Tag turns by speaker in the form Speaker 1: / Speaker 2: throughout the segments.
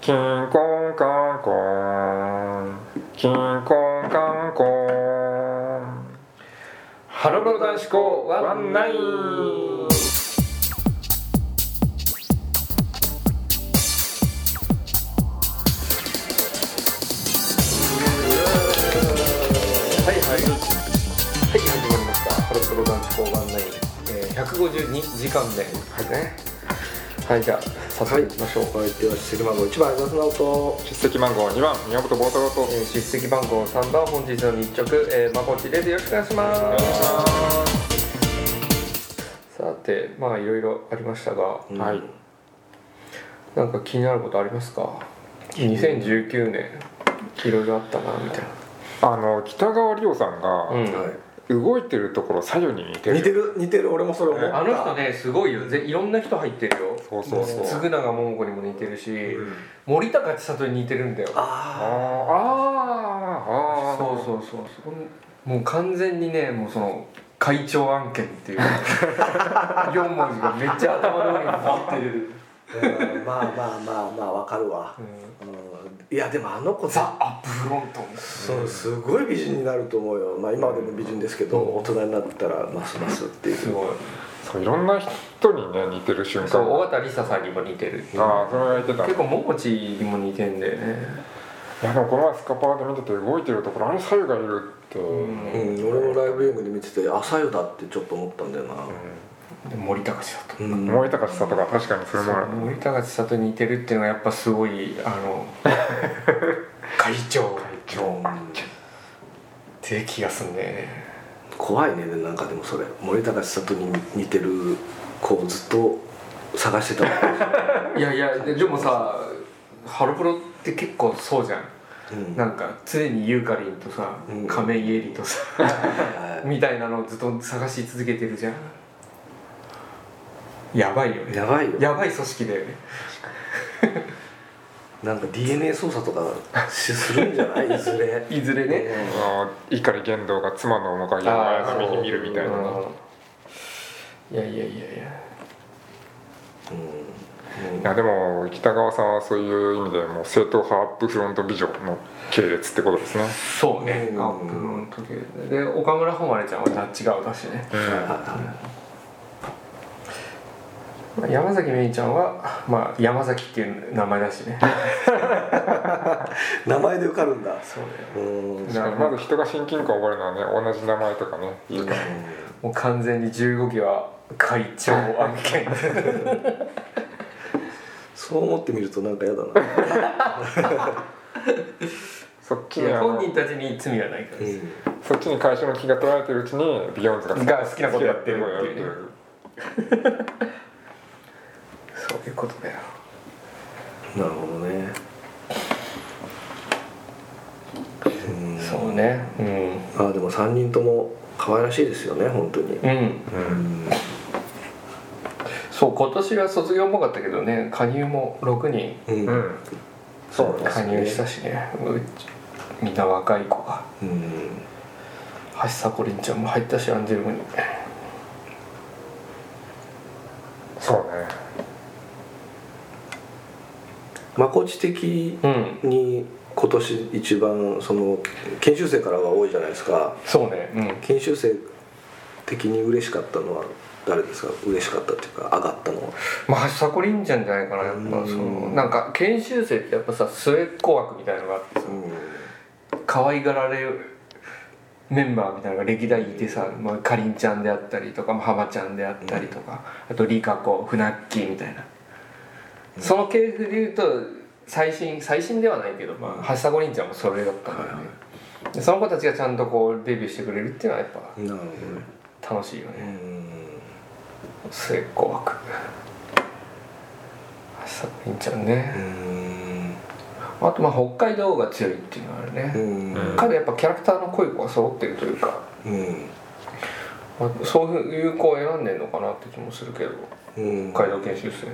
Speaker 1: キンコンカンコンキンコンカンコンハロプロ男子校ワンナインはいはいはい始まりましたハロプロ男子校ワンナイン、えー、152時間目ですねはい、じゃあ早速いきましょう、
Speaker 2: お相手は出席番号1番安田直人
Speaker 1: 出席番号2番宮本坊太郎と
Speaker 2: えー出席番号3番本日の日直、えー、まこっちですよろしくお願いしますさてまあいろいろありましたが、
Speaker 1: はい
Speaker 2: なんか気になることありますか2019年いろいろあったなみたい
Speaker 1: あの北川里央さんが
Speaker 2: な、うん
Speaker 3: は
Speaker 1: 動いてるところ左右に似てる
Speaker 3: い、似てる似てる俺もそれ思った
Speaker 2: あの人ねすごいよぜいろんな人入ってるよ
Speaker 1: そうそうそう
Speaker 2: 嗣永桃子にも似てるし、
Speaker 3: うん
Speaker 2: 森高千里に似てるんだよ
Speaker 1: あー
Speaker 3: あ
Speaker 1: あーあー
Speaker 2: そうそうそうそこにもう完全にねもうその会長案件っていう四文字がめっちゃ頭の上に残ってる、
Speaker 3: ーうんまあまあまあまあわかるわ
Speaker 2: う、ん
Speaker 3: うん、いやでもあの子
Speaker 2: ザ
Speaker 3: さ・
Speaker 2: アップフロント
Speaker 3: そうすごい美人になると思うよまあ今でも美人ですけど、
Speaker 2: うん
Speaker 3: 大人になったらますますっていう
Speaker 2: すごい
Speaker 1: そういろんな人にね似てる瞬
Speaker 2: そ
Speaker 1: 間
Speaker 2: う尾形梨沙さんにも似てる
Speaker 1: ああそれが言ってた
Speaker 2: 結構桃地にも似てんだよね
Speaker 1: いやでもこの前スカパーで見てて動いてるところあれ左右がいるって、
Speaker 2: うん
Speaker 3: うん、俺もライブビューイングで見てて朝よだってちょっと思ったんだよな、
Speaker 2: で森高千里
Speaker 3: うん
Speaker 1: 燃えたかしさとか確かにそれもある
Speaker 2: 森高千里に似てるっていうのはやっぱすごいあの会長会
Speaker 3: うん
Speaker 2: って気がすんだよね
Speaker 3: 怖いねなんかでもそれ森高千里に似てる子をずっと探してた、
Speaker 2: いやいやででもさハロプロって結構そうじゃん
Speaker 3: うん
Speaker 2: なんか常にユーカリンとさ、
Speaker 3: うん
Speaker 2: 亀井絵里とさ
Speaker 3: は
Speaker 2: みたいなのをずっと探し続けてるじゃんやばいよ
Speaker 3: い
Speaker 2: ね
Speaker 3: やばいよ
Speaker 2: やばい組織だよね
Speaker 3: なんか DNA 操作とかしするんじゃ ないいずれ
Speaker 2: いずれね
Speaker 1: あー碇玄道が妻の面影を
Speaker 2: あ
Speaker 1: 前
Speaker 2: ー
Speaker 1: 髪に見るみたいなね
Speaker 2: いやいやいやいや
Speaker 3: うん
Speaker 1: いやでも北川さんはそういう意味でもう正統派アップフロント美女の系列ってことですね
Speaker 2: そうね
Speaker 3: うん
Speaker 2: アップロント系でで岡村誉ちゃんはダッチ側だしね、まあ、山崎めいちゃんはまあ山崎っていう名前だしね
Speaker 3: 名前で受かるんだ
Speaker 2: そうだよ
Speaker 3: うんうん
Speaker 1: 確かにまず人が親近感を覚えるのはね同じ名前とかねいいから
Speaker 2: もう完全に15期は会長案件
Speaker 3: そう思ってみるとなんかやだな、
Speaker 1: そっち
Speaker 2: い
Speaker 1: に
Speaker 2: や
Speaker 1: あの
Speaker 2: 本人たちに罪はないから
Speaker 3: うん
Speaker 2: です、
Speaker 1: そっちに会社の気が取られてるうちにビヨンズが
Speaker 2: が好きなことやってる
Speaker 1: 好きなことや
Speaker 2: っていうねそういうことだよ
Speaker 3: なるほどねうん
Speaker 2: そうねうん
Speaker 3: あでも3人とも可愛らしいですよね本当に
Speaker 2: うん
Speaker 3: うん
Speaker 2: そう今年は卒業も多かったけどね加入も6人
Speaker 3: う、
Speaker 1: うんん、うん、そうね
Speaker 2: 加入したしねうちみんな若い子が
Speaker 3: うん
Speaker 2: 橋迫凛ちゃんも入ったしアンジェルムに
Speaker 1: そうね
Speaker 3: まこち的
Speaker 2: うん
Speaker 3: に今年一番その研修生からが多いじゃないですか
Speaker 2: そうねうん
Speaker 3: 研修生的に嬉しかったのは誰ですか嬉しかったっていうか上がったのは
Speaker 2: まあ橋迫凛ちゃんじゃないかなやっぱその
Speaker 3: うん
Speaker 2: なんか研修生ってやっぱさ末っ子枠みたいなのがあってさ可愛がられるメンバーみたいなのが歴代いてさ、まあ、かりんちゃんであったりとかまあハマちゃんであったりとか、あとリカ子フナッキーみたいな、その系譜で言うと最新最新ではないけど、まあ、橋迫凛ちゃんもそれだったんだよね、でその子たちがちゃんとこうデビューしてくれるっていうのはやっ
Speaker 3: なるほ
Speaker 2: ぱ楽しいよ
Speaker 3: ど
Speaker 2: ね
Speaker 3: ね
Speaker 2: 末っ子枠橋迫凛ちゃんね、あとまあ北海道が強いっていうのはあるね、彼やっぱキャラクターの濃い子が揃ってるというかまあ、そういう子を選んでんのかなって気もするけど北海道研修生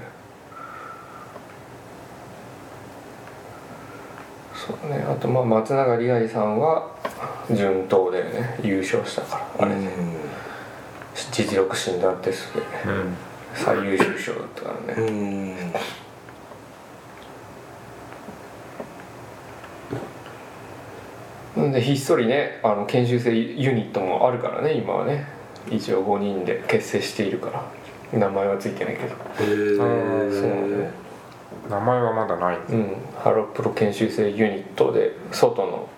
Speaker 2: そうねあとまあ松永理愛さんは順当だよね優勝したからあれね実力診断テストで
Speaker 1: うん
Speaker 2: 最優秀賞だったからねでひっそりねあの研修生ユニットもあるからね今はね一応5人で結成しているから名前はついてないけど
Speaker 3: へえ
Speaker 2: そうね
Speaker 1: 名前はまだない
Speaker 2: うんハロプロ研修生ユニットで外の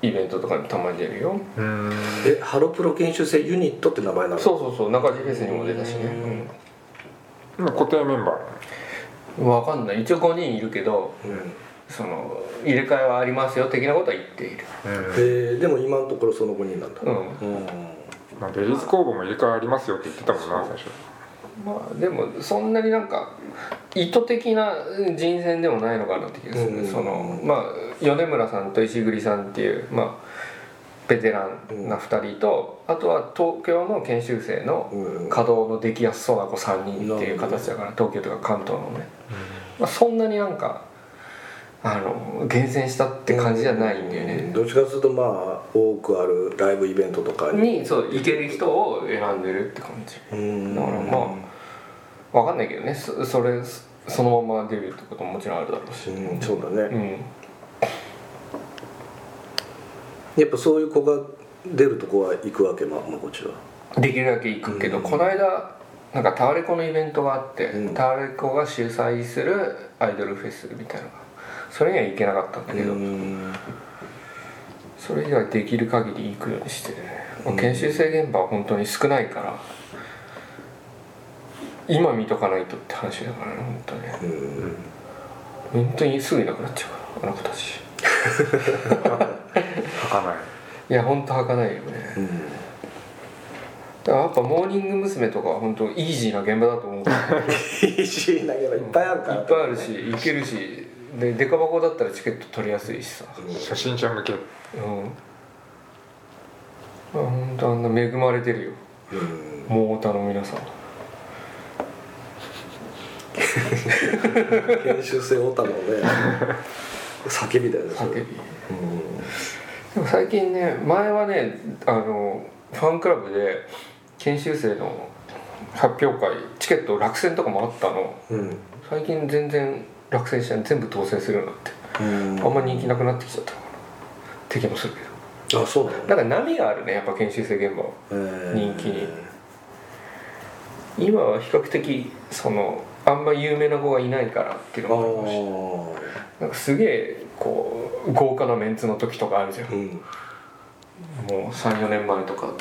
Speaker 2: イベントとかにたまに出るよ
Speaker 1: うん
Speaker 3: えハロプロ研修生ユニットって名前なの
Speaker 2: そうそうそう中地フェスにも出たしね、
Speaker 1: 今固定メンバ
Speaker 2: うん、分かんない一応5人いるけど
Speaker 3: うん、
Speaker 2: その入れ替えはありますよ的なことは言っている
Speaker 1: ーうん
Speaker 3: えーでも今のところその5人なんだ
Speaker 2: うん
Speaker 3: うん
Speaker 1: まあ、ベリーズ工房も入れ替わりますよって言ってたもんな最初
Speaker 2: まあでもそんなになんか意図的な人選でもないのかなって気がする、
Speaker 3: うん
Speaker 2: そのまあ米村さんと石栗さんっていうまあベテランな2人と、あとは東京の研修生の
Speaker 3: うん
Speaker 2: 稼働のできやすそうな子3人っていう形だから、東京とか関東のね、まあ、そんなになんかあの厳選したって感じじゃないんだよね、
Speaker 3: うんどっちかというとまあ多くあるライブイベントとかに
Speaker 2: にそう行ける人を選んでるって感じ
Speaker 3: うん
Speaker 2: だからまあわかんないけどねそそれそそのままデビューってことももちろんあるだろうし
Speaker 3: うんそうだね、
Speaker 2: うん
Speaker 3: やっぱそういう子が出るとこは行くわけままこちは
Speaker 2: できるだけ行くけど、
Speaker 3: うん
Speaker 2: この間なんかタワレコのイベントがあって、
Speaker 3: うん
Speaker 2: タワレコが主催するアイドルフェスみたいなのがそれには行けなかったんだけど、
Speaker 3: ん
Speaker 2: それ以外できる限り行くようにしてるね、まあ研修生現場は本当に少ないから今見とかないとって話だからね本当に
Speaker 3: うん
Speaker 2: 本当にすぐいなくなっちゃうからあの子たち
Speaker 1: 儚い
Speaker 2: いや本当はかないよねだからやっぱモーニング娘。とかは本当イージーな現場だと思ういっ
Speaker 3: 必死投げがいっぱいあるから、
Speaker 2: ぱいあるし行けるしでデカ箱だったらチケット取りやすいしさ
Speaker 1: 初心者向け
Speaker 2: うんまあ本当あんな恵まれてるよ
Speaker 3: うん
Speaker 2: モータの皆さん
Speaker 3: 研修生オタのね叫びだよねそ
Speaker 2: 叫
Speaker 3: れ
Speaker 2: び
Speaker 3: うん
Speaker 2: でも最近ね前はねあのファンクラブで研修生の発表会チケット落選とかもあったの
Speaker 3: うん
Speaker 2: 最近全然落選しない全部当選するようになってあんま人気なくなってきちゃったのかなって気もするけど
Speaker 3: あそうなの、
Speaker 2: なんか波があるねやっぱ研修生現場は
Speaker 3: え
Speaker 2: 人
Speaker 3: ー
Speaker 2: 気に今は比較的そのあんま有名な子がいないからっていう
Speaker 3: あ
Speaker 2: のもあるかもしれない
Speaker 3: あ
Speaker 2: なんかすげえこう豪華なメンツの時とかあるじゃん
Speaker 3: うん
Speaker 2: もう34年前とか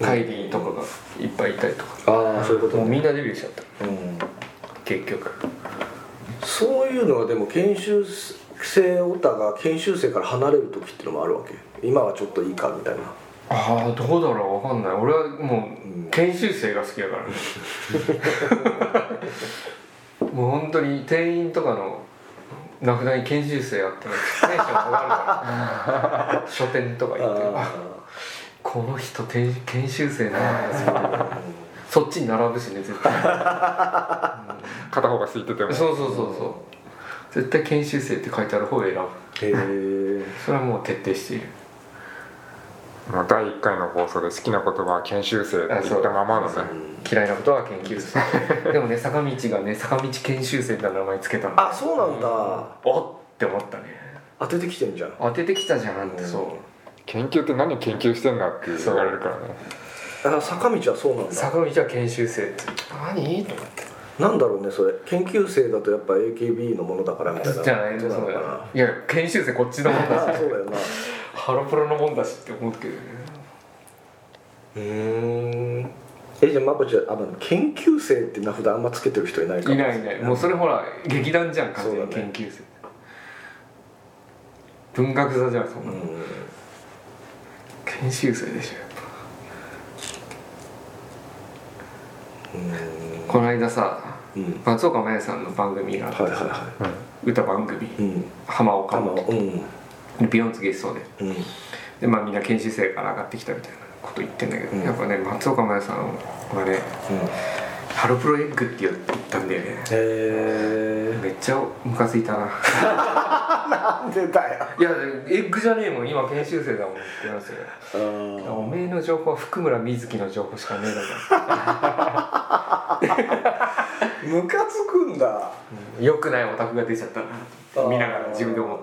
Speaker 2: カイリーとかがいっぱいいたりとか
Speaker 3: ああそういうこと
Speaker 2: もう
Speaker 3: ね、
Speaker 2: みんなデビューしちゃった
Speaker 3: うん
Speaker 2: 結局
Speaker 3: そういうのはでも研修生オタが研修生から離れる時っていうのもあるわけ今はちょっといいかみたいな
Speaker 2: ああどうだろう分かんない俺はも
Speaker 3: うん
Speaker 2: う研修生が好きだからね もう本当に店員とかの名札に研修生あったらテンション上がるから書店とか行って あこの人研研修生なんですよ
Speaker 3: あ
Speaker 2: そっちに並ぶしね絶対
Speaker 1: 片方が空いてても
Speaker 2: そうそうそうそう絶対研修生って書いてある方を選ぶ
Speaker 3: へえ
Speaker 2: それはもう徹底している
Speaker 1: まあ第1回の放送で好きな言葉は研修生って言ったままのね
Speaker 2: 嫌いなことは研究室 でもね坂道がね坂道研修生って名前つけたの
Speaker 3: あそうなんだ
Speaker 2: おっって思ったね
Speaker 3: 当ててきてんじゃん
Speaker 2: 当ててきたじゃんってそ
Speaker 1: 研究って何を研究してんだって言われるからね
Speaker 3: あ坂道はそうなん
Speaker 2: う
Speaker 3: だ
Speaker 2: 坂道は研修生って何と思って
Speaker 3: なんだろうねそれ研究生だとやっぱ AKB のものだからみたいな
Speaker 2: じゃない
Speaker 3: そ
Speaker 2: そうう
Speaker 3: なのか
Speaker 2: だよ
Speaker 3: ない
Speaker 2: や研修生こっちのもん だし
Speaker 3: あそうだよな
Speaker 2: ハロプロのもんだしって思うけどね
Speaker 3: うんえじゃあまこちゃんあまあ研究生って名札あんまつけてる人いないかも
Speaker 2: いないいないもうそれほら劇団じゃん完全に
Speaker 3: そうだね
Speaker 2: 研究生、文学座じゃんそん
Speaker 3: う
Speaker 2: なの、
Speaker 3: ん
Speaker 2: 研修生でしょやっぱこの間さ
Speaker 3: うんうん
Speaker 2: 松岡茉優さんの番組があっ
Speaker 3: はい
Speaker 2: て
Speaker 3: はい
Speaker 2: さ、
Speaker 3: は
Speaker 2: 歌番組
Speaker 3: いうん
Speaker 2: 浜岡
Speaker 3: 頭
Speaker 2: の
Speaker 3: うん
Speaker 2: ビヨンツゲストで
Speaker 3: うん
Speaker 2: で、まあ、みんな研修生から上がってきたみたいなこと言ってんだけど、
Speaker 3: うん
Speaker 2: やっぱね松岡茉優さんはね「ハロプロエッグ」って言ったんだよね
Speaker 3: へえ
Speaker 2: めっちゃムカついたな
Speaker 3: なんでだよ
Speaker 2: いやエッグじゃねえもん今研修生だもんって言われて
Speaker 3: あー
Speaker 2: おめえの情報は福村瑞希の情報しかねえだ か
Speaker 3: ムカつくんだ
Speaker 2: らよくないオタクが出ちゃったな
Speaker 3: あー
Speaker 2: 見ながら自分で思っ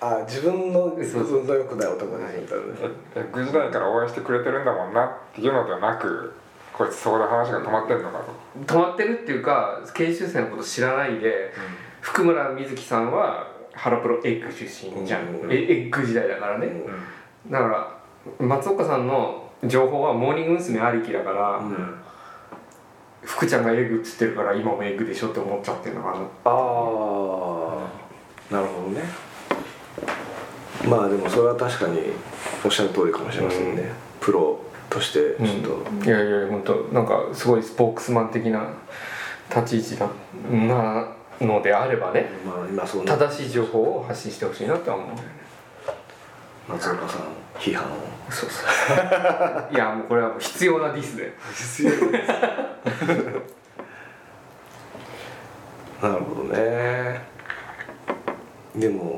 Speaker 2: た
Speaker 3: あ自分の
Speaker 2: そうそう
Speaker 3: 運の良くない男ですみたいなね
Speaker 1: 大学時代から応援してくれてるんだもんなっていうのではなくこいつそこで話が止まってんのかと、
Speaker 2: 止まってるっていうか研修生のこと知らないで福村瑞希さんはハロプロエッグ出身じゃん、
Speaker 3: うん
Speaker 2: えエッグ時代だからね、
Speaker 3: うん
Speaker 2: だから松岡さんの情報はモーニング娘。ありきだから、
Speaker 3: うん
Speaker 2: 福ちゃんがエグっつってるから今もエグでしょって思っちゃってるのかな
Speaker 3: ああなるほどねまあでもそれは確かにおっしゃる通りかもしれませんね、プロとしてちょっと、
Speaker 2: いやいや本当なんかすごいスポークスマン的な立ち位置だなのであればね
Speaker 3: まあ今そうな
Speaker 2: 正しい情報を発信してほしいなとは思うよね
Speaker 3: 松岡さん批判を
Speaker 2: そうそう いやもうこれはもう必要なディスで
Speaker 3: なるほどねでも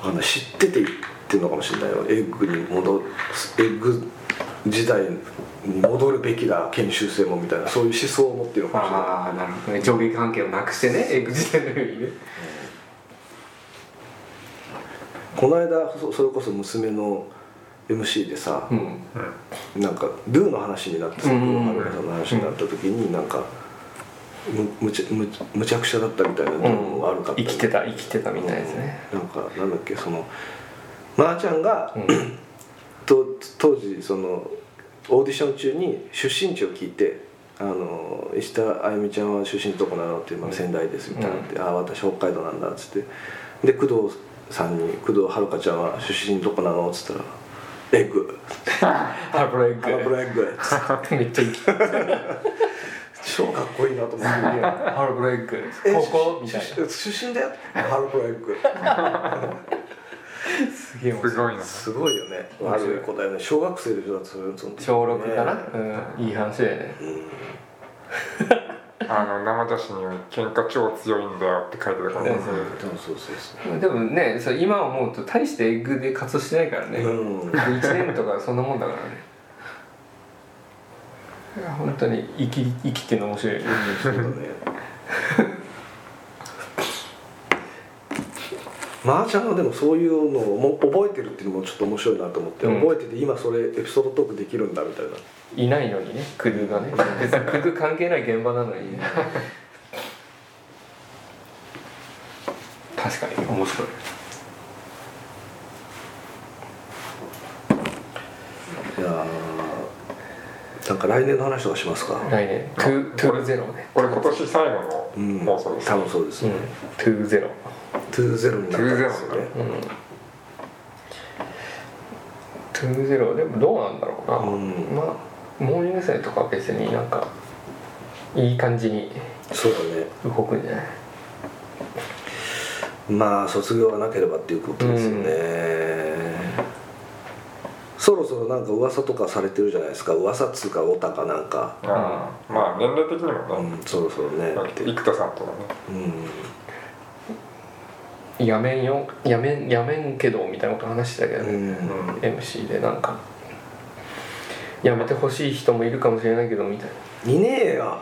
Speaker 3: わかんない知ってて言ってるのかもしれないよエッグに戻エッグ時代に戻るべきだ研修生もみたいなそういう思想を持ってるのかもしれない
Speaker 2: ああなるほどね上下関係をなくしてねエグ時代のようにね
Speaker 3: この間そそれこそ娘の MC でさ
Speaker 2: う、ん
Speaker 3: なんか「ルー」の話になってさ
Speaker 2: う
Speaker 3: ル
Speaker 2: ん
Speaker 3: ーハルさんの話になった時になんかむむちゃむむちゃくちゃだったみたいなところも悪かった
Speaker 2: 生きてた生きてたみたいですね
Speaker 3: なんかなんだっけそのまー、ちゃんが、
Speaker 2: うん
Speaker 3: と当時そのオーディション中に出身地を聞いて「あの石田あゆみちゃんは出身どこなの?」って「まあ、仙台です」みたいなって「ああ私北海道なんだ」っつってで工藤さんに「工藤遥香ちゃんは出身どこなの?」っつったら「エッグ」
Speaker 2: ハロプロエ
Speaker 3: 「ハロ
Speaker 2: ッ
Speaker 3: プ
Speaker 2: グ
Speaker 3: ロエッグ」
Speaker 2: めっちゃ生きてる
Speaker 3: 超かっこいいなと思って
Speaker 2: ハロプロエッグ
Speaker 3: え
Speaker 2: 高校みたいな
Speaker 3: 出身出身だよハロプロエッグ
Speaker 2: すげえ面
Speaker 1: す
Speaker 2: 白い
Speaker 1: ごいな
Speaker 3: すごいよね
Speaker 2: 面白い
Speaker 3: 悪い子だよね小学生でしょだってそれその時
Speaker 2: 小6かな、
Speaker 3: ね
Speaker 2: うんいい話だよね
Speaker 3: うん
Speaker 1: あの生女子には喧嘩超強いんだよって書いてたから、
Speaker 2: う
Speaker 1: ね
Speaker 2: ん
Speaker 3: でもそうそうそ
Speaker 2: でもねそう今思うと大してエッグで活動してないからね、
Speaker 3: う、うん、
Speaker 2: 1年とかそんなもんだからねいや本当に生き生きてるの面白いよね
Speaker 3: そうだね マーちゃんのでもそういうのをも覚えてるっていうのもちょっと面白いなと思って、
Speaker 2: うん
Speaker 3: 覚えてて今それエピソードトークできるんだみたいない
Speaker 2: ないのにねクルーがね別にクルー関係ない現場なのにね確かに面白い
Speaker 3: いやーなんか来年の話とかしますか
Speaker 2: 来年トゥトゥーゼロね
Speaker 1: これ今年最後
Speaker 3: う
Speaker 1: の
Speaker 3: ん
Speaker 1: 放送です、
Speaker 3: 多分そうです
Speaker 2: うん
Speaker 3: ね、
Speaker 2: トゥーゼロ
Speaker 3: トゥーゼロになったんですよね
Speaker 2: うんトゥーゼロでもどうなんだろうな、
Speaker 3: うん
Speaker 2: まあモーニング生とかは別になんかいい感じに
Speaker 3: そうだね
Speaker 2: 動くんじゃない
Speaker 3: まあ卒業がなければっていうことですよね、そろそろなんか噂とかされてるじゃないですか噂っつうかオタかなんか、
Speaker 1: うんまあ年齢的にもね、
Speaker 3: うん、そろそろねって
Speaker 1: 生田さんとのね
Speaker 3: う
Speaker 2: やめんよやめんやめんけどみたいなこと話してたけどね、
Speaker 3: ん、
Speaker 1: うん
Speaker 2: MC でなんかやめてほしい人もいるかもしれないけどみたい
Speaker 3: いねえよ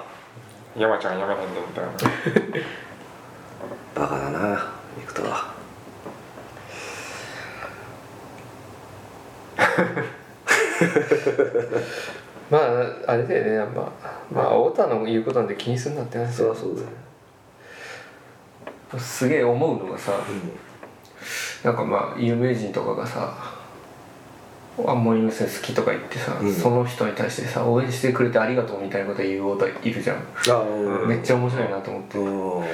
Speaker 1: 山ちゃんやめへんでみたいな
Speaker 3: バカだな生田は
Speaker 2: なまああれだよねやっぱまあ太田の言うことなんて気にすんなって話だ
Speaker 3: そりゃ
Speaker 2: よ
Speaker 3: そうだよ、
Speaker 2: すげえ思うのがさ
Speaker 3: う
Speaker 2: なんかまあ有名人とかがさあんまり娘好きとか言ってさ、
Speaker 3: うん
Speaker 2: その人に対してさ応援してくれてありがとうみたいなこと言う太田いるじゃん、
Speaker 3: ん、ああうん
Speaker 2: めっちゃ面白いなと思って、
Speaker 3: うんっ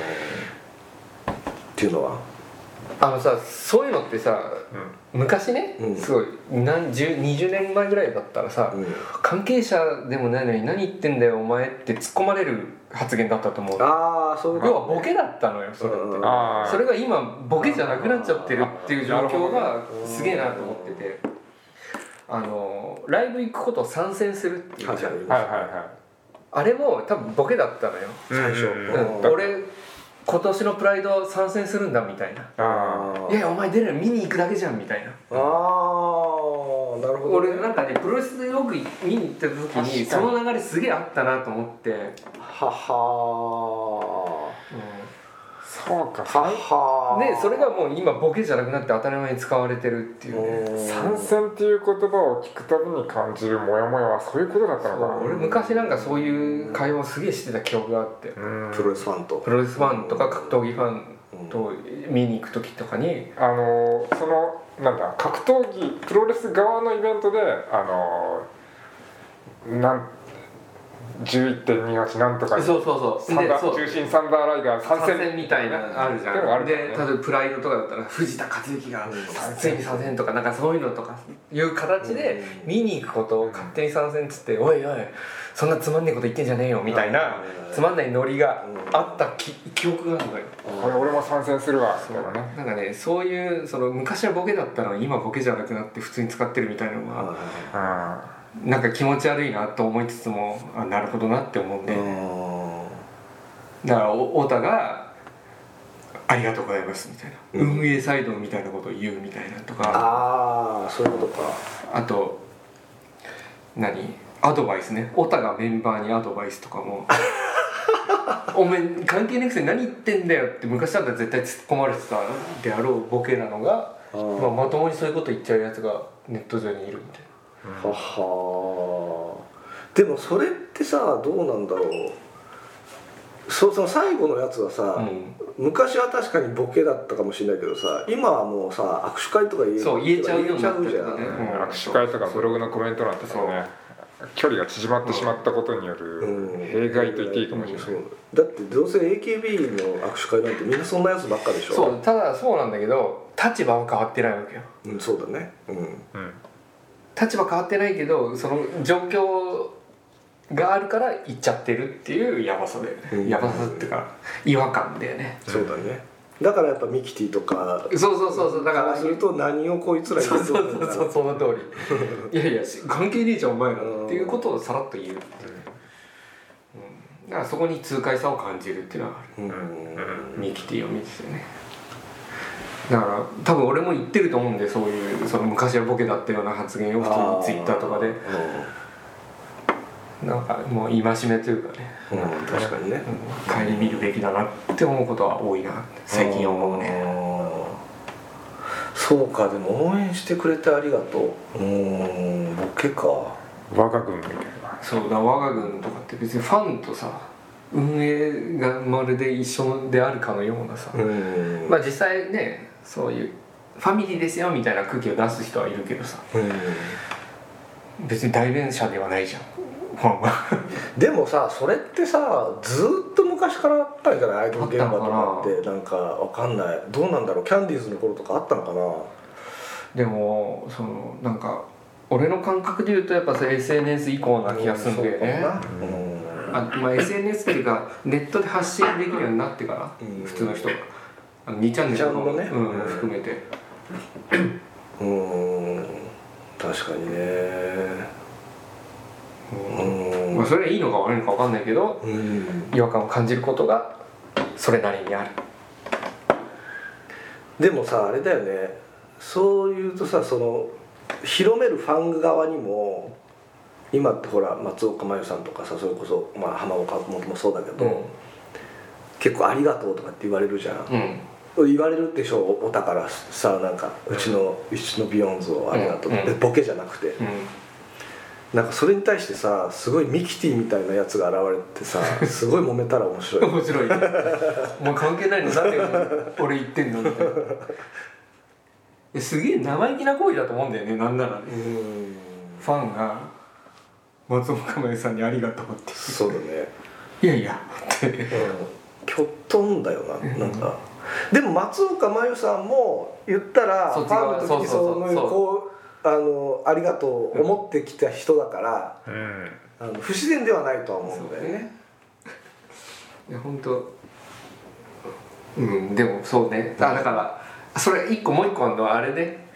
Speaker 3: ていうのは
Speaker 2: あのさそういうのってさ昔ね、
Speaker 3: うん
Speaker 2: すごい何十20年前ぐらいだったらさ、
Speaker 3: うん
Speaker 2: 関係者でもないのに何言ってんだよお前って突っ込まれる発言だったと思う
Speaker 3: ああそういう
Speaker 2: 要は
Speaker 3: こ
Speaker 2: ボケだったのよそれって、
Speaker 3: うん
Speaker 1: ああ
Speaker 2: それが今ボケじゃなくなっちゃってるっていう状況がすげえなと思っててあのライブ行くことを参戦するってい
Speaker 3: と
Speaker 2: う
Speaker 3: はい
Speaker 2: じゃん、
Speaker 1: はいはいは
Speaker 2: あれも多分ボケだったのよ、
Speaker 1: い
Speaker 3: 最初
Speaker 1: うん
Speaker 3: うん
Speaker 2: うん俺今年のプライド参戦するんだみたいな
Speaker 1: あ
Speaker 2: いやいやお前出るの見に行くだけじゃんみたいな
Speaker 3: あーなるほどね
Speaker 2: 俺なんかねプロレスよく見に行った時
Speaker 1: 確か
Speaker 2: に
Speaker 1: に
Speaker 2: その流れすげえあったなと思って、
Speaker 3: はは
Speaker 1: そうか参
Speaker 3: は
Speaker 2: でそれがもう今ボケじゃなくなって当たり前に使われてるっていうね
Speaker 1: 参戦っていう言葉を聞くたびに感じるモヤモヤはそういうことだったのかな
Speaker 2: 俺昔なんかそういう会話をすげえしてた記憶があって
Speaker 1: うん
Speaker 3: プロレスファンと
Speaker 2: プロレスファンとか格闘技ファンと見に行く時とかに
Speaker 1: あのそのなんだ格闘技プロレス側のイベントであのなん11.28なんとか
Speaker 2: そうそうそう
Speaker 1: サン
Speaker 2: で
Speaker 1: ダ
Speaker 2: そ
Speaker 1: ー
Speaker 2: う
Speaker 1: 中心サンダーライダー参
Speaker 2: 参
Speaker 1: 戦
Speaker 2: 戦みたいなのあるじゃん
Speaker 1: でもある
Speaker 2: で
Speaker 1: からね
Speaker 2: 例えばプライドとかだったら藤田克之が参戦に参戦とかなんかそういうのとかいう形で
Speaker 3: うん
Speaker 2: 見に行くことを勝手に参戦っつって「おいおいそんなつまんねえこと言ってんじゃねえよ」みたいな
Speaker 3: うん
Speaker 2: つまんないノリがあったき記憶があるのよ
Speaker 1: これ俺も参戦するわみたいなね
Speaker 2: なんかねそういうその昔はボケだったのに今ボケじゃなくなって普通に使ってるみたいなの
Speaker 3: はい
Speaker 2: は
Speaker 1: う
Speaker 2: なんか気持ち悪いなと思いつつもあなるほどなって思うんでだからお太田が「ありがとうございます」みたいな、
Speaker 3: うん
Speaker 2: 運営サイドみたいなことを言うみたいなとかあ
Speaker 3: ああそういうことか
Speaker 2: と何アドバイスね太田がメンバーにアドバイスとか も「おめん関係なくせに何言ってんだよ」って昔だったら絶対突っ込まれてたであろうボケなのが、
Speaker 3: あ
Speaker 2: まあ、
Speaker 3: ー
Speaker 2: まともにそういうこと言っちゃうやつがネット上にいるみたいな。
Speaker 3: ははーでもそれってさどうなんだろうそうその最後のやつはさ、
Speaker 2: うん
Speaker 3: 昔は確かにボケだったかもしれないけどさ今はもうさ握手会とか言え
Speaker 2: そう言えちゃうようになって
Speaker 3: 言えちゃ
Speaker 2: る
Speaker 3: う
Speaker 2: と
Speaker 3: じ
Speaker 2: ね
Speaker 3: ゃん
Speaker 1: ん握手会とかブログのコメントなんてそ
Speaker 2: そうう
Speaker 1: ね距離が縮まってしまったことによる弊害と言っていいかもしれない、
Speaker 3: そうだってどうせ AKB の握手会なんてみんなそんなやつばっかでしょ
Speaker 2: そうただそうなんだけど立場は変わってないわけよ
Speaker 3: う,、ん、そうだねうん
Speaker 1: うん
Speaker 2: 立場変わってないけどその状況があるから行っちゃってるっていうヤバさだよね、
Speaker 3: うん
Speaker 2: ヤバさっていうか違和感だよね
Speaker 3: そうだねだからやっぱミキティとか
Speaker 2: そうそうそうそうだから
Speaker 3: そうすると何をこいつら言
Speaker 2: そう
Speaker 3: う
Speaker 2: そ
Speaker 3: と
Speaker 2: うそうそうその通りいやいやし関係ねえじゃんお前らっていうことをさらっと言うっていう、うん、だからそこに痛快さを感じるっていうのはある
Speaker 3: うん
Speaker 2: ミキティを見ててねだから多分俺も言ってると思うんでそういうその昔はボケだったような発言を普通にツイッターとかでなんかもう戒めというかね
Speaker 3: うん、うん確かにね
Speaker 2: 顧みるべきだなって思うことは多いな最近思うね
Speaker 3: あーそうかでも応援してくれてありがとううんボケか
Speaker 1: 我が軍みたいな
Speaker 2: そうだ我が軍とかって別にファンとさ運営がまるで一緒であるかのようなさ、
Speaker 3: ん
Speaker 2: まあ実際ねそういうファミリーですよみたいな空気を出す人はいるけどさ
Speaker 3: うん
Speaker 2: 別に代弁者ではないじゃんファンは
Speaker 3: でもさそれってさずーっと昔からあったんじゃないアイドル現場とかってなんかわかんないどうなんだろうキャンディーズの頃とかあったのかな
Speaker 2: でもそのなんか俺の感覚で言うとやっぱさ SNS 以降な気がするんだよね
Speaker 3: そうかもなうん
Speaker 2: あまあ SNS っていうかネットで発信できるようになってから、
Speaker 3: うん
Speaker 2: 普通の人があの2チャンネルも
Speaker 3: 二チャンネルもね
Speaker 2: うん、含めて
Speaker 3: うーん確かにねうーん
Speaker 2: まあ、それがいいのか悪いのか分かんないけど
Speaker 3: うん
Speaker 2: 違和感を感じることがそれなりにある
Speaker 3: でもさあれだよねそういうとさその広めるファン側にも今ってほら松岡真優さんとかさそれこそ、まあ、浜岡本もそうだけど、結構「ありがとう」とかって言われるじゃん、
Speaker 2: うん
Speaker 3: 言われるでしょうおたからさなんかうちのうちのビヨンズをありがとう、
Speaker 2: うん
Speaker 3: でボケじゃなくて、
Speaker 2: う
Speaker 3: なんかそれに対してさすごいミキティみたいなやつが現れてさすごい揉めたら面白い
Speaker 2: ん 面白いねもう関係ないのなんで俺言ってんのみたいなえすげえ生意気な行為だと思うんだよねなんならね
Speaker 3: うん
Speaker 2: ファンが松岡茉優さんにありがとうって
Speaker 3: そうだね
Speaker 2: いやいやって
Speaker 3: きょっとんだよななんか、でも松岡真優さんも言ったらフ
Speaker 2: そっち側
Speaker 3: ァンの時に
Speaker 2: そう
Speaker 3: そ
Speaker 2: そうそう
Speaker 3: のこうあのありがとう思ってきた人だから、
Speaker 1: うん
Speaker 3: あの不自然ではないとは思うん
Speaker 2: そ
Speaker 3: だ
Speaker 2: う
Speaker 3: よ
Speaker 2: だ
Speaker 3: ね
Speaker 2: ねいや本当うんでもそうねだだからそれ一個もう一個あるのはあれね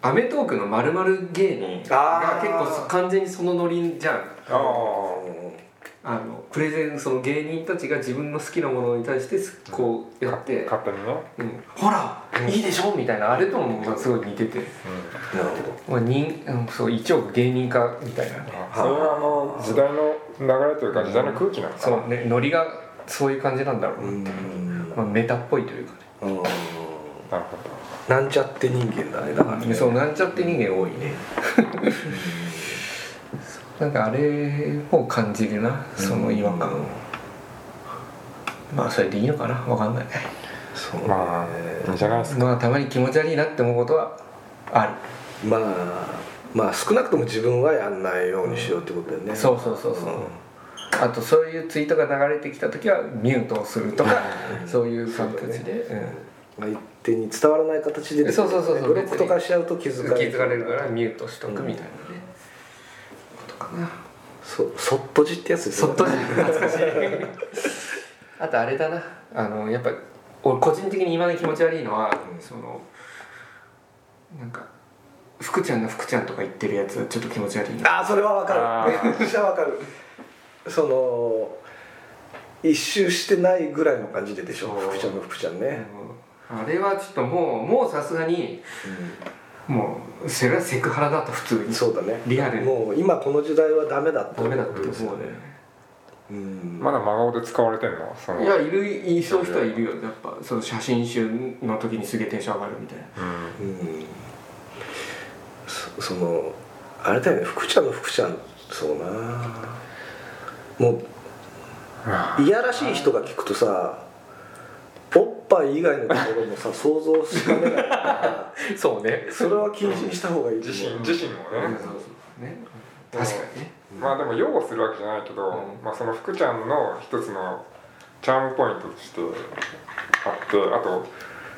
Speaker 2: 『アメトーーク』のまる芸人が
Speaker 3: あー
Speaker 2: 結構そ完全にそのノリじゃん
Speaker 1: ああ
Speaker 2: あのプレゼンその芸人たちが自分の好きなものに対してすこうやって、
Speaker 1: 勝手にね、
Speaker 2: うんほら、いいでしょみたいなあれともまあすごい似てて、
Speaker 3: なるほど
Speaker 2: まあ、人うんそう1億芸人化みたいなね
Speaker 1: あそれはあの時代の流れというか時代の空気なのか
Speaker 2: そ
Speaker 1: な、
Speaker 2: うねノリがそういう感じなんだろうなって、
Speaker 3: うんんな
Speaker 2: まあ、メタっぽいというかね
Speaker 3: うん
Speaker 1: なるほど
Speaker 3: なんちゃって人間だねだからね
Speaker 2: そうなんちゃって人間多いねなんかあれを感じるなその違和感を、まあそれでいいのかなわかんない
Speaker 3: そうね
Speaker 1: まあいいんじゃないですか
Speaker 2: まあたまに気持ち悪いなって思うことはある
Speaker 3: まあまあ少なくとも自分はやんないようにしようってことだよね、
Speaker 2: そうそうそうそう、あとそういうツイートが流れてきた時はミュートをするとかそういう形で、
Speaker 3: 相手に伝わらない形で出てくる
Speaker 2: そうそうそうそう
Speaker 3: ブロックとかしちゃうと気
Speaker 2: う
Speaker 3: づ
Speaker 2: ん、
Speaker 3: か
Speaker 2: 気
Speaker 3: れ
Speaker 2: づかれるからミュートしとくみたいなね、ことかな
Speaker 3: そうそっとじってやつです
Speaker 2: そっとじ懐かしい あとあれだなあのやっぱ俺個人的に今の気持ち悪いのは、そのなんか福ちゃんの福ちゃんとか言ってるやつちょっと気持ち悪いな
Speaker 3: ああそれはわ
Speaker 1: あ
Speaker 3: かる
Speaker 1: ー
Speaker 3: めっちゃわかるその一周してないぐらいの感じででしょ
Speaker 2: そう
Speaker 3: 福ちゃんの福ちゃん
Speaker 2: あ
Speaker 3: ね、
Speaker 2: のあれはちょっともうもうさすがにもうそれはセクハラだと普通に
Speaker 3: そうだね
Speaker 2: リアル
Speaker 3: もう今この時代はダメだって
Speaker 2: ダメだって思うね
Speaker 3: うん
Speaker 1: まだ真顔で使われてんのその
Speaker 2: いやいるいそういう人はいるよやっぱその写真集の時にすげえテンション上がるみたいな
Speaker 1: うん
Speaker 3: うんそそのあれだよね福ちゃんの福ちゃんそうなも
Speaker 1: あ
Speaker 3: ういやらしい人が聞くとさおっぱい以外のところもさ想像しかねないから
Speaker 2: そうね
Speaker 3: それは禁止にした方がいいと
Speaker 1: 自
Speaker 3: 思
Speaker 1: 身
Speaker 3: う
Speaker 1: 自身も
Speaker 2: そう
Speaker 1: ね
Speaker 2: そうそうね確かにね
Speaker 1: まあでも擁護するわけじゃないけど、
Speaker 2: うん
Speaker 1: まあ、その福ちゃんの一つのチャームポイントとしてあってあと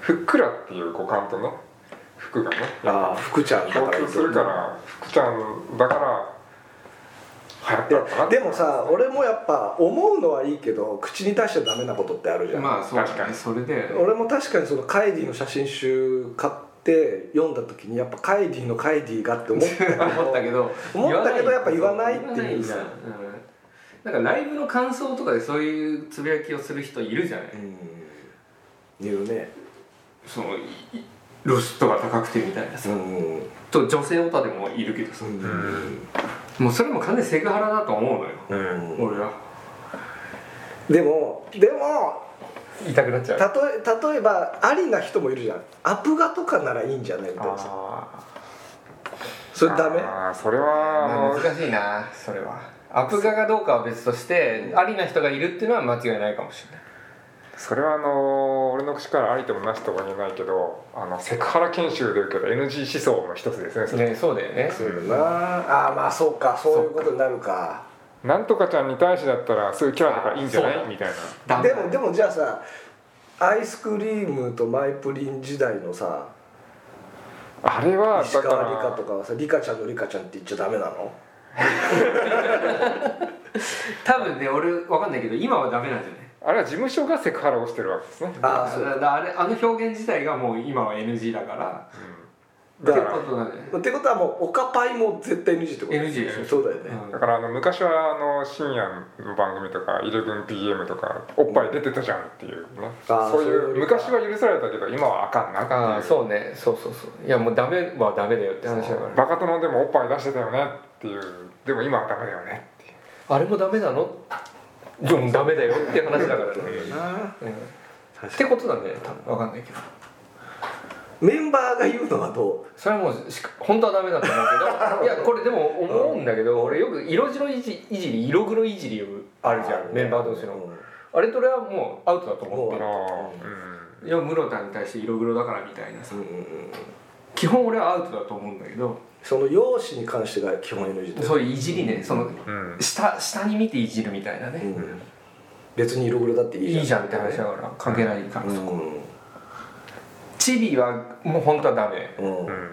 Speaker 1: ふっくらっていう五感とね服がね
Speaker 3: ああ福ちゃんだか
Speaker 1: 共
Speaker 3: らいい
Speaker 1: 通
Speaker 3: と
Speaker 1: す
Speaker 3: 思う
Speaker 1: るから福ちゃんだから流行ったのかなっ
Speaker 3: で
Speaker 1: て
Speaker 3: でもさ俺もやっぱ思うのはいいけど口に出しちゃダメなことってあるじゃん、
Speaker 2: まあそう
Speaker 1: 確
Speaker 2: だ
Speaker 1: か
Speaker 2: ね
Speaker 1: に
Speaker 2: それで
Speaker 3: 俺も確かにそのカイディの写真集買って読んだ時にやっぱカイディのカイディがって思ったけど
Speaker 2: 思ったけど
Speaker 3: 思ったけど
Speaker 2: 言わない
Speaker 3: やっぱ言わないってい
Speaker 2: 言
Speaker 3: うさ
Speaker 2: わないじゃんうんなんかライブの感想とかでそういうつぶやきをする人いるじゃない
Speaker 3: うん言うね
Speaker 2: そのいいロストが高くてみたいなさ
Speaker 3: ん
Speaker 2: と女性オタでもいるけどさ
Speaker 1: ん
Speaker 2: もうそれも完全にセクハラだと思うのよ
Speaker 3: うん
Speaker 2: 俺は
Speaker 3: でもでも
Speaker 2: 言いたくなっちゃ
Speaker 3: たとえ例えばありな人もいるじゃんアプガとかならいいんじゃないみたいなさ
Speaker 2: あ
Speaker 3: それダメ
Speaker 1: ああそれ
Speaker 2: あま
Speaker 1: は
Speaker 2: あ
Speaker 1: もう
Speaker 2: 難しいなそれはアップ化かどうかは別としてありな人がいるっていうのは間違いないかもしれない
Speaker 1: それはあの俺の口からありともなしとは言えないけどあのセクハラ研修で受けた NG 思想の一つですねそれ
Speaker 2: ね、そうだよね
Speaker 3: そうだなあーまあそうかそういうことになるか
Speaker 1: なんとかちゃんに対してだったらそういうキャラだからいいんじゃな
Speaker 2: そうだ
Speaker 1: いみたいな
Speaker 3: でもでもじゃあさアイスクリームとマイプリン時代のさ
Speaker 1: あれは
Speaker 3: 石
Speaker 1: だから
Speaker 3: 川理香とかはさリカちゃんのリカちゃんって言っちゃダメなの
Speaker 2: 多分ね俺わかんないけど今はダメなんじゃない
Speaker 1: あれは事務所がセクハラをしてるわけですね
Speaker 3: ああ
Speaker 2: だ
Speaker 3: そう
Speaker 2: だだあれあの表現自体がもう今は NG だから
Speaker 1: うんだか
Speaker 2: って
Speaker 1: ら
Speaker 2: ことなんだよね
Speaker 3: ってことはもうオカパイも絶対 NG ってこと
Speaker 2: NG でしょ
Speaker 3: そうだよね、
Speaker 1: だからあの昔はあの深夜の番組とか 11PM とかおっぱい出てたじゃんっていうね、
Speaker 3: あー
Speaker 1: そう
Speaker 3: そう
Speaker 1: い
Speaker 3: いううのか
Speaker 1: 昔は許されたけど今はあかんなって
Speaker 2: ああ
Speaker 1: いう
Speaker 2: そうねそうそうそういやもうダメはダメだよって話だから
Speaker 1: バカ殿でもおっぱい出してたよねっていうでも今はダメだよねっていう
Speaker 2: あれもダメなのでもダメだよっていう話だからね、
Speaker 3: な
Speaker 2: うん、っ
Speaker 3: 確か
Speaker 2: て
Speaker 3: に
Speaker 2: ことなんだよ多分わかんないけど
Speaker 3: メンバーが言うのはど
Speaker 2: それはもうし本当はダメだと思 うけどいやこれでも思うんだけど俺よく色白いじいじり色黒いじりあるじゃんメンバー同士
Speaker 3: う、
Speaker 2: のあれと俺はもうアウトだと思って
Speaker 1: あ
Speaker 2: る
Speaker 1: の
Speaker 2: いや室田に対して色黒だからみたいなさ
Speaker 3: うんうんうん、
Speaker 2: 基本俺はアウトだと思うんだけど
Speaker 3: その容姿に関してが基本 NG だよ
Speaker 2: そういういじりねその
Speaker 1: うんうん
Speaker 2: 下下に見ていじるみたいなね、
Speaker 3: うん別に色黒だっていいじゃん
Speaker 2: いいじゃんって話だから関係ないから、
Speaker 3: う
Speaker 2: そ
Speaker 3: ん
Speaker 2: こチビはもう本当はダメ
Speaker 3: うん
Speaker 1: うん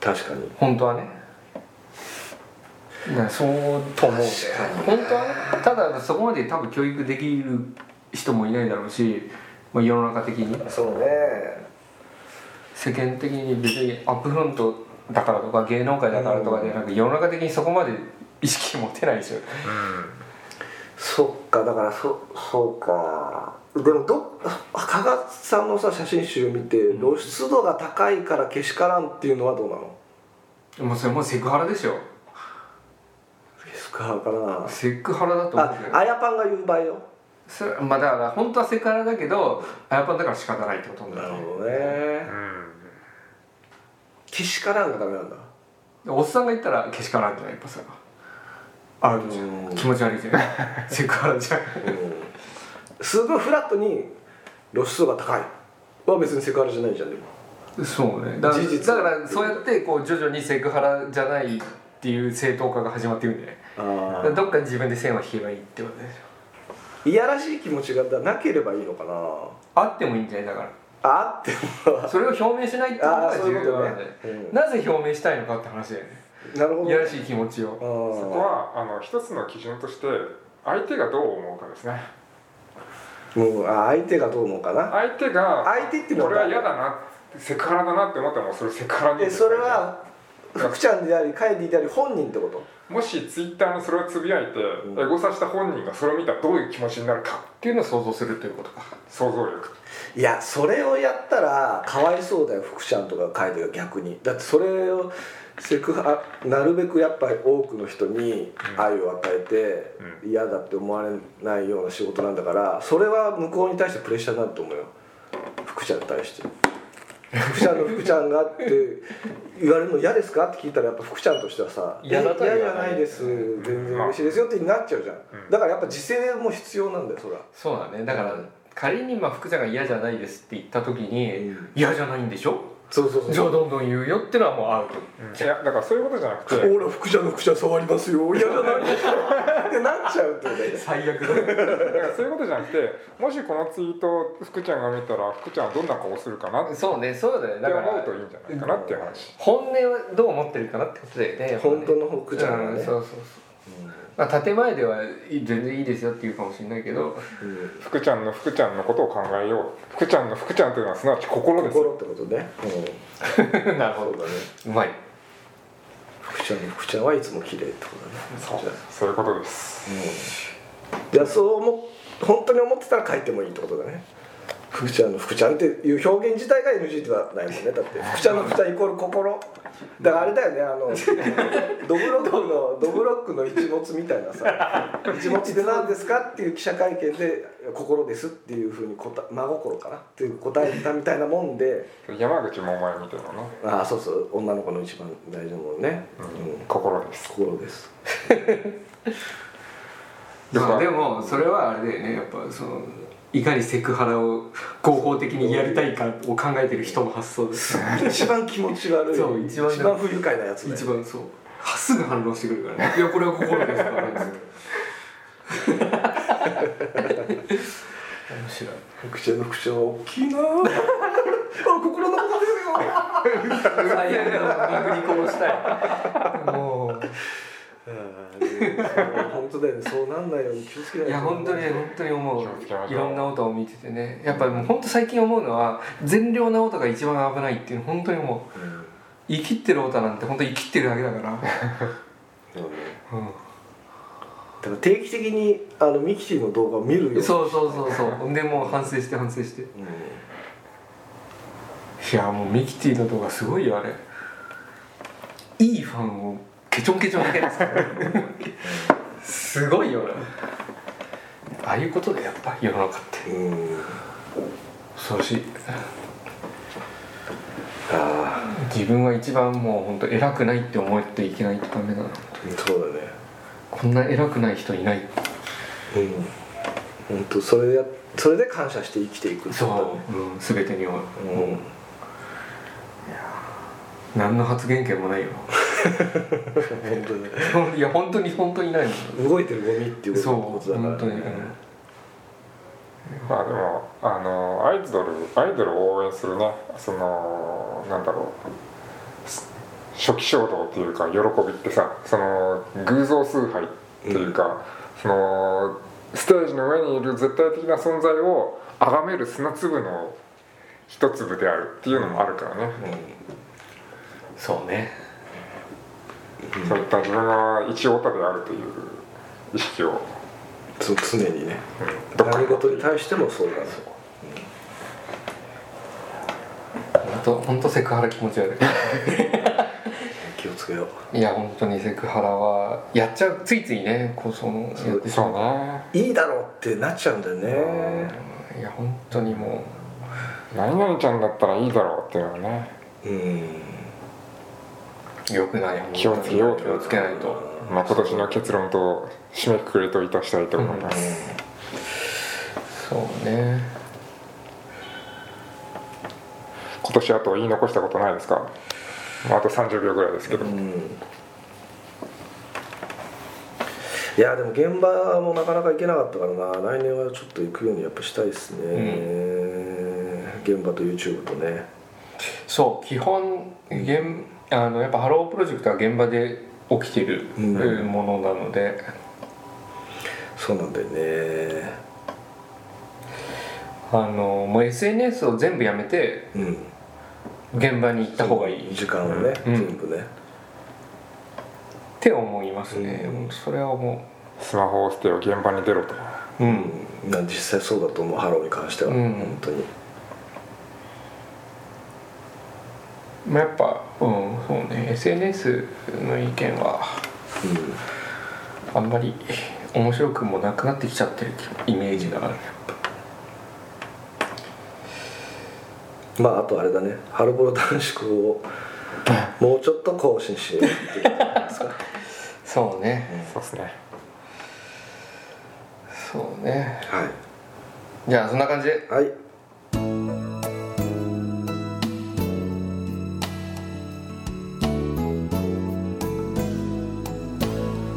Speaker 3: 確かに
Speaker 2: 本当はねだからそうと思うんだよね
Speaker 3: 確
Speaker 2: 本当はねただそこまで多分教育できる人もいないだろうし、まあ、世の中的に
Speaker 3: そうね
Speaker 2: 世間的に別にアップフロントだからとか芸能界だからとかでなんか世の中的にそこまで意識持てないでしょ
Speaker 3: そっかだからそそうかでもど加賀さんのさ写真集見て露出度が高いからけしからんっていうのはどうなの
Speaker 2: もうそれもうセクハラでしょ
Speaker 3: けしからんかな
Speaker 2: セクハラだと思う
Speaker 3: あ
Speaker 2: けど
Speaker 3: あやパンが言う場合よ
Speaker 2: それまあだから本当はセクハラだけどあやっぱだから仕方ないってことにな
Speaker 3: な
Speaker 2: る
Speaker 3: る
Speaker 2: ね
Speaker 3: ほどねけしからんがダメなんだ
Speaker 2: おっさんが言ったらけしからんじゃないやっぱさあるじゃ
Speaker 3: うん
Speaker 2: ん気持ち悪いじゃん セクハラじゃん
Speaker 3: すごいフラットに露出度が高いは別にセクハラじゃないじゃんでも
Speaker 2: そうねだから
Speaker 3: 事実
Speaker 2: だからそうやってこう徐々にセクハラじゃないっていう正当化が始まっていくんじゃないだ
Speaker 3: あ
Speaker 2: からどっかに自分で線を引けばいいってことでしょ
Speaker 3: あいやらしい気持ちがなければいいのかな
Speaker 2: あってもいいんじゃないだか
Speaker 3: ああって
Speaker 2: らそれを表明しないってこと
Speaker 3: あ
Speaker 2: が
Speaker 3: ーそ
Speaker 2: 重
Speaker 3: ういうこと
Speaker 2: 要なん
Speaker 3: ね
Speaker 2: だよ
Speaker 3: うん
Speaker 2: なぜ表明したいのかって話だよね
Speaker 3: なるほど
Speaker 2: いやらしい気持ちを
Speaker 1: そこ
Speaker 3: あ
Speaker 1: はあの一つの基準として相手がどう思うかですね
Speaker 3: あもうあ相手がどう思うかな
Speaker 1: 相手が
Speaker 3: 相手っていうの
Speaker 1: こ
Speaker 3: は
Speaker 1: れは嫌だなセクハラだなって思ったらもうそれセクハラに
Speaker 3: えそれは福ちゃんでありカエディであり本人ってこと
Speaker 1: もしツイッターのそれをつぶやいて
Speaker 3: ん
Speaker 1: エゴサした本人がそれを見たらどういう気持ちになるか
Speaker 2: っていうのを想像するということか
Speaker 1: 想像力
Speaker 3: いやそれをやったらかわいそうだよ福ちゃんとかカエディが逆にだってそれをセクハなるべくやっぱり多くの人に愛を与えて嫌だって思われないような仕事なんだからそれは向こうに対してプレッシャーになると思うよ福ちゃんに対して。福ちゃんの福ちゃんがって言われるの嫌ですかって聞いたらやっぱ福ちゃんとしてはさ「
Speaker 2: 嫌だとは
Speaker 3: え
Speaker 2: 言
Speaker 3: 嫌じゃ
Speaker 2: わない
Speaker 3: ないです全然嬉しいですよ」ってなっちゃうじゃんだからやっぱ自制も必要なんだよそれは
Speaker 2: そうだねだから仮にまあ福ちゃんが嫌じゃないですって言った時に、
Speaker 3: うん
Speaker 2: 嫌じゃないんでしょ
Speaker 3: そうそうそう
Speaker 2: じゃあどんどん言うよってのはもうアウト
Speaker 1: うんいやだからそういうことじゃなくて
Speaker 3: ほら福ちゃんの福ちゃん触ります よ嫌じゃないでしょってなっちゃうってことだよね
Speaker 2: 最悪だ
Speaker 1: だからそういうことじゃなくてもしこのツイートを福ちゃんが見たら福ちゃんはどんな顔するかなって
Speaker 2: そうねそうだねだか
Speaker 1: 思
Speaker 2: ら
Speaker 1: うといいんじゃないかなっていう話
Speaker 2: 本音はどう思ってるかなってことだよねやっぱね
Speaker 3: 本当の福ちゃんが
Speaker 2: う
Speaker 3: ね
Speaker 2: そうそうそうまあ建前ではいい全然いいですよって言うかもしれないけど、
Speaker 3: うん
Speaker 1: 福ちゃんの福ちゃんのことを考えよう福ちゃんの福ちゃんというのはすなわち心です
Speaker 3: 心ってことね
Speaker 2: なる
Speaker 3: そ
Speaker 2: ほ
Speaker 3: う
Speaker 2: ど
Speaker 3: だね
Speaker 2: うまい
Speaker 3: 福ちゃんの福ちゃんはいつも綺麗ってことだね
Speaker 1: そう
Speaker 3: じゃ
Speaker 1: そういうことです
Speaker 3: あじゃあそう思っ本当に思ってたら書いてもいいってことだね福ちゃんの福ちゃんっていう表現自体が NG ではないもんねだって福ちゃんの福ちゃんイコール心だからあれだよねあ のドブロックのドブロックの一物みたいなさ一物で何ですかっていう記者会見で心ですっていうふうに答え真心かなっていう答えたみたいなもんで
Speaker 1: 山口百恵みたいなね
Speaker 3: ああそうそう女の子の一番大事なもんね、うん
Speaker 1: 心です
Speaker 3: 心です
Speaker 1: よくあ
Speaker 2: まあ、
Speaker 1: る
Speaker 2: でもそれはあれだよねやっぱそのいかにセクハラを合法的にやりたいかを考えてる人の発想です
Speaker 3: 一番気持ち悪い
Speaker 2: そう一番
Speaker 3: 不愉快なやつね
Speaker 2: 一番そうはすぐ反論してくるからね いやこれは心ですからね面白い
Speaker 3: 口の口は大きいなあ心のことですよ
Speaker 2: 最悪だな僕に殺したいも
Speaker 3: 本当だよねそうなんないように気をつけないう
Speaker 2: い
Speaker 3: と
Speaker 2: や本当に本当に思う
Speaker 1: 気をつけましょう
Speaker 2: いろんな音を見ててねやっぱもう本当最近思うのは善良な音が一番危ないっていうの本当に思う
Speaker 3: うん
Speaker 2: 生きってる音なんて本当生きってるだけだから、
Speaker 3: そうね
Speaker 2: うん
Speaker 3: だから定期的にあのミキティの動画を見るよう
Speaker 2: そうそうそうそうでもう反省して反省してい
Speaker 3: に、
Speaker 2: やもうミキティの動画すごいよあれいいファンをケチョンケチョンだけですからねすごいよなああいうことでやっぱ世の中って
Speaker 3: うんうん
Speaker 2: 恐ろしい
Speaker 3: ああ
Speaker 2: 自分は一番もう本当偉くないって思っていけないってダメだな
Speaker 3: そうだね
Speaker 2: こんな偉くない人いない
Speaker 3: うん本当それでやそれで感謝して生きていくってこと
Speaker 2: う、うん、全てには、
Speaker 3: だね
Speaker 2: もう何の発言権もないよ
Speaker 3: うん本当ね
Speaker 2: いや本当に本当にないもん
Speaker 3: 動いてるゴミっていう
Speaker 2: そう
Speaker 3: ことだから、ね、
Speaker 2: 本当に、うん
Speaker 1: まあでもあのアイドルアイドルを応援するねそのなんだろうす初期衝動っていうか喜びってさその偶像崇拝っていうか、そのステージの上にいる絶対的な存在を崇める砂粒の一粒であるっていうのもあるからね、
Speaker 2: そうね
Speaker 1: そういった自分が一オタであるという意識を
Speaker 3: そう常にね
Speaker 1: どっか
Speaker 3: 何事に対してもそうだね
Speaker 2: 本当本当セクハラ気持ち悪い
Speaker 3: 気をつつけよう
Speaker 2: いや本当にセクハラはやっちゃうついついねこうその
Speaker 3: そう
Speaker 2: やってし
Speaker 1: そう
Speaker 2: まう
Speaker 1: ね
Speaker 3: いいだろうってなっちゃうんだよね
Speaker 2: いや本当にも
Speaker 1: 何々ちゃんだったらいいだろうっていうのはね
Speaker 3: うん
Speaker 2: う良くない
Speaker 1: 気をつけよう
Speaker 2: 気をつけないと
Speaker 1: まあ今年の結論と締めくくりといたしたいと思います、
Speaker 2: そうね
Speaker 1: 今年あと言い残したことないですかまああと30秒ぐらいですけど、
Speaker 3: うんいやでも現場もなかなか行けなかったからな来年はちょっと行くようにやっぱしたいですね、現場と YouTube とね
Speaker 2: そう基本現あのやっぱハロープロジェクトは現場で起きてる
Speaker 3: うん
Speaker 2: ものなので、
Speaker 3: そうなんだよね
Speaker 2: あのもう SNS を全部やめて
Speaker 3: うん
Speaker 2: 現場に行った方がいいっ
Speaker 3: 時間をね、
Speaker 2: うん
Speaker 3: 全部ね
Speaker 2: て思いますね、
Speaker 3: う
Speaker 2: それはも
Speaker 1: スマホを捨てよ現場に出ろと
Speaker 2: ううん
Speaker 3: な実際そうだと思うハローに関しては、
Speaker 2: うん
Speaker 3: 本当に
Speaker 2: まあ、やっぱうんそうね SNS の意見はあんまり面白くもなくなってきちゃってるイメージがある
Speaker 3: まああとあれだねハロプロ短縮をもうちょっと更新しようっていうことなんですか
Speaker 2: そうね
Speaker 1: そうですね
Speaker 2: そうね
Speaker 3: は
Speaker 2: じゃあそんな感じで
Speaker 3: いはい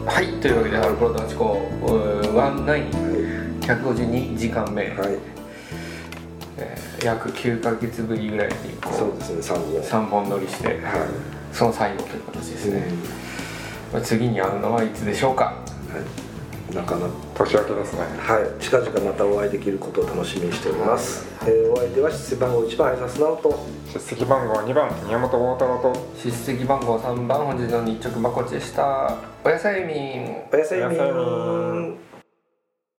Speaker 2: はいというわけで「ハロプロとチコ19152時間目、
Speaker 3: はい
Speaker 2: えー約9ヶ月ぶりぐらいにこ
Speaker 3: そうですね3本は
Speaker 2: 3本撮りして
Speaker 3: い
Speaker 2: その最後という形です
Speaker 3: うん
Speaker 2: ね、まあ次に会うのはいつでしょうか
Speaker 3: はいなかなか
Speaker 1: 年明けですね
Speaker 3: はい、近々またお会いできることを楽しみにしております、えーお相手は出世番号1番挨拶直人
Speaker 1: 出席番号2番宮本豪太郎と
Speaker 2: 出席番号3番本日の日直まこっちでしたおやすみ
Speaker 3: おやすみ
Speaker 1: おやすみ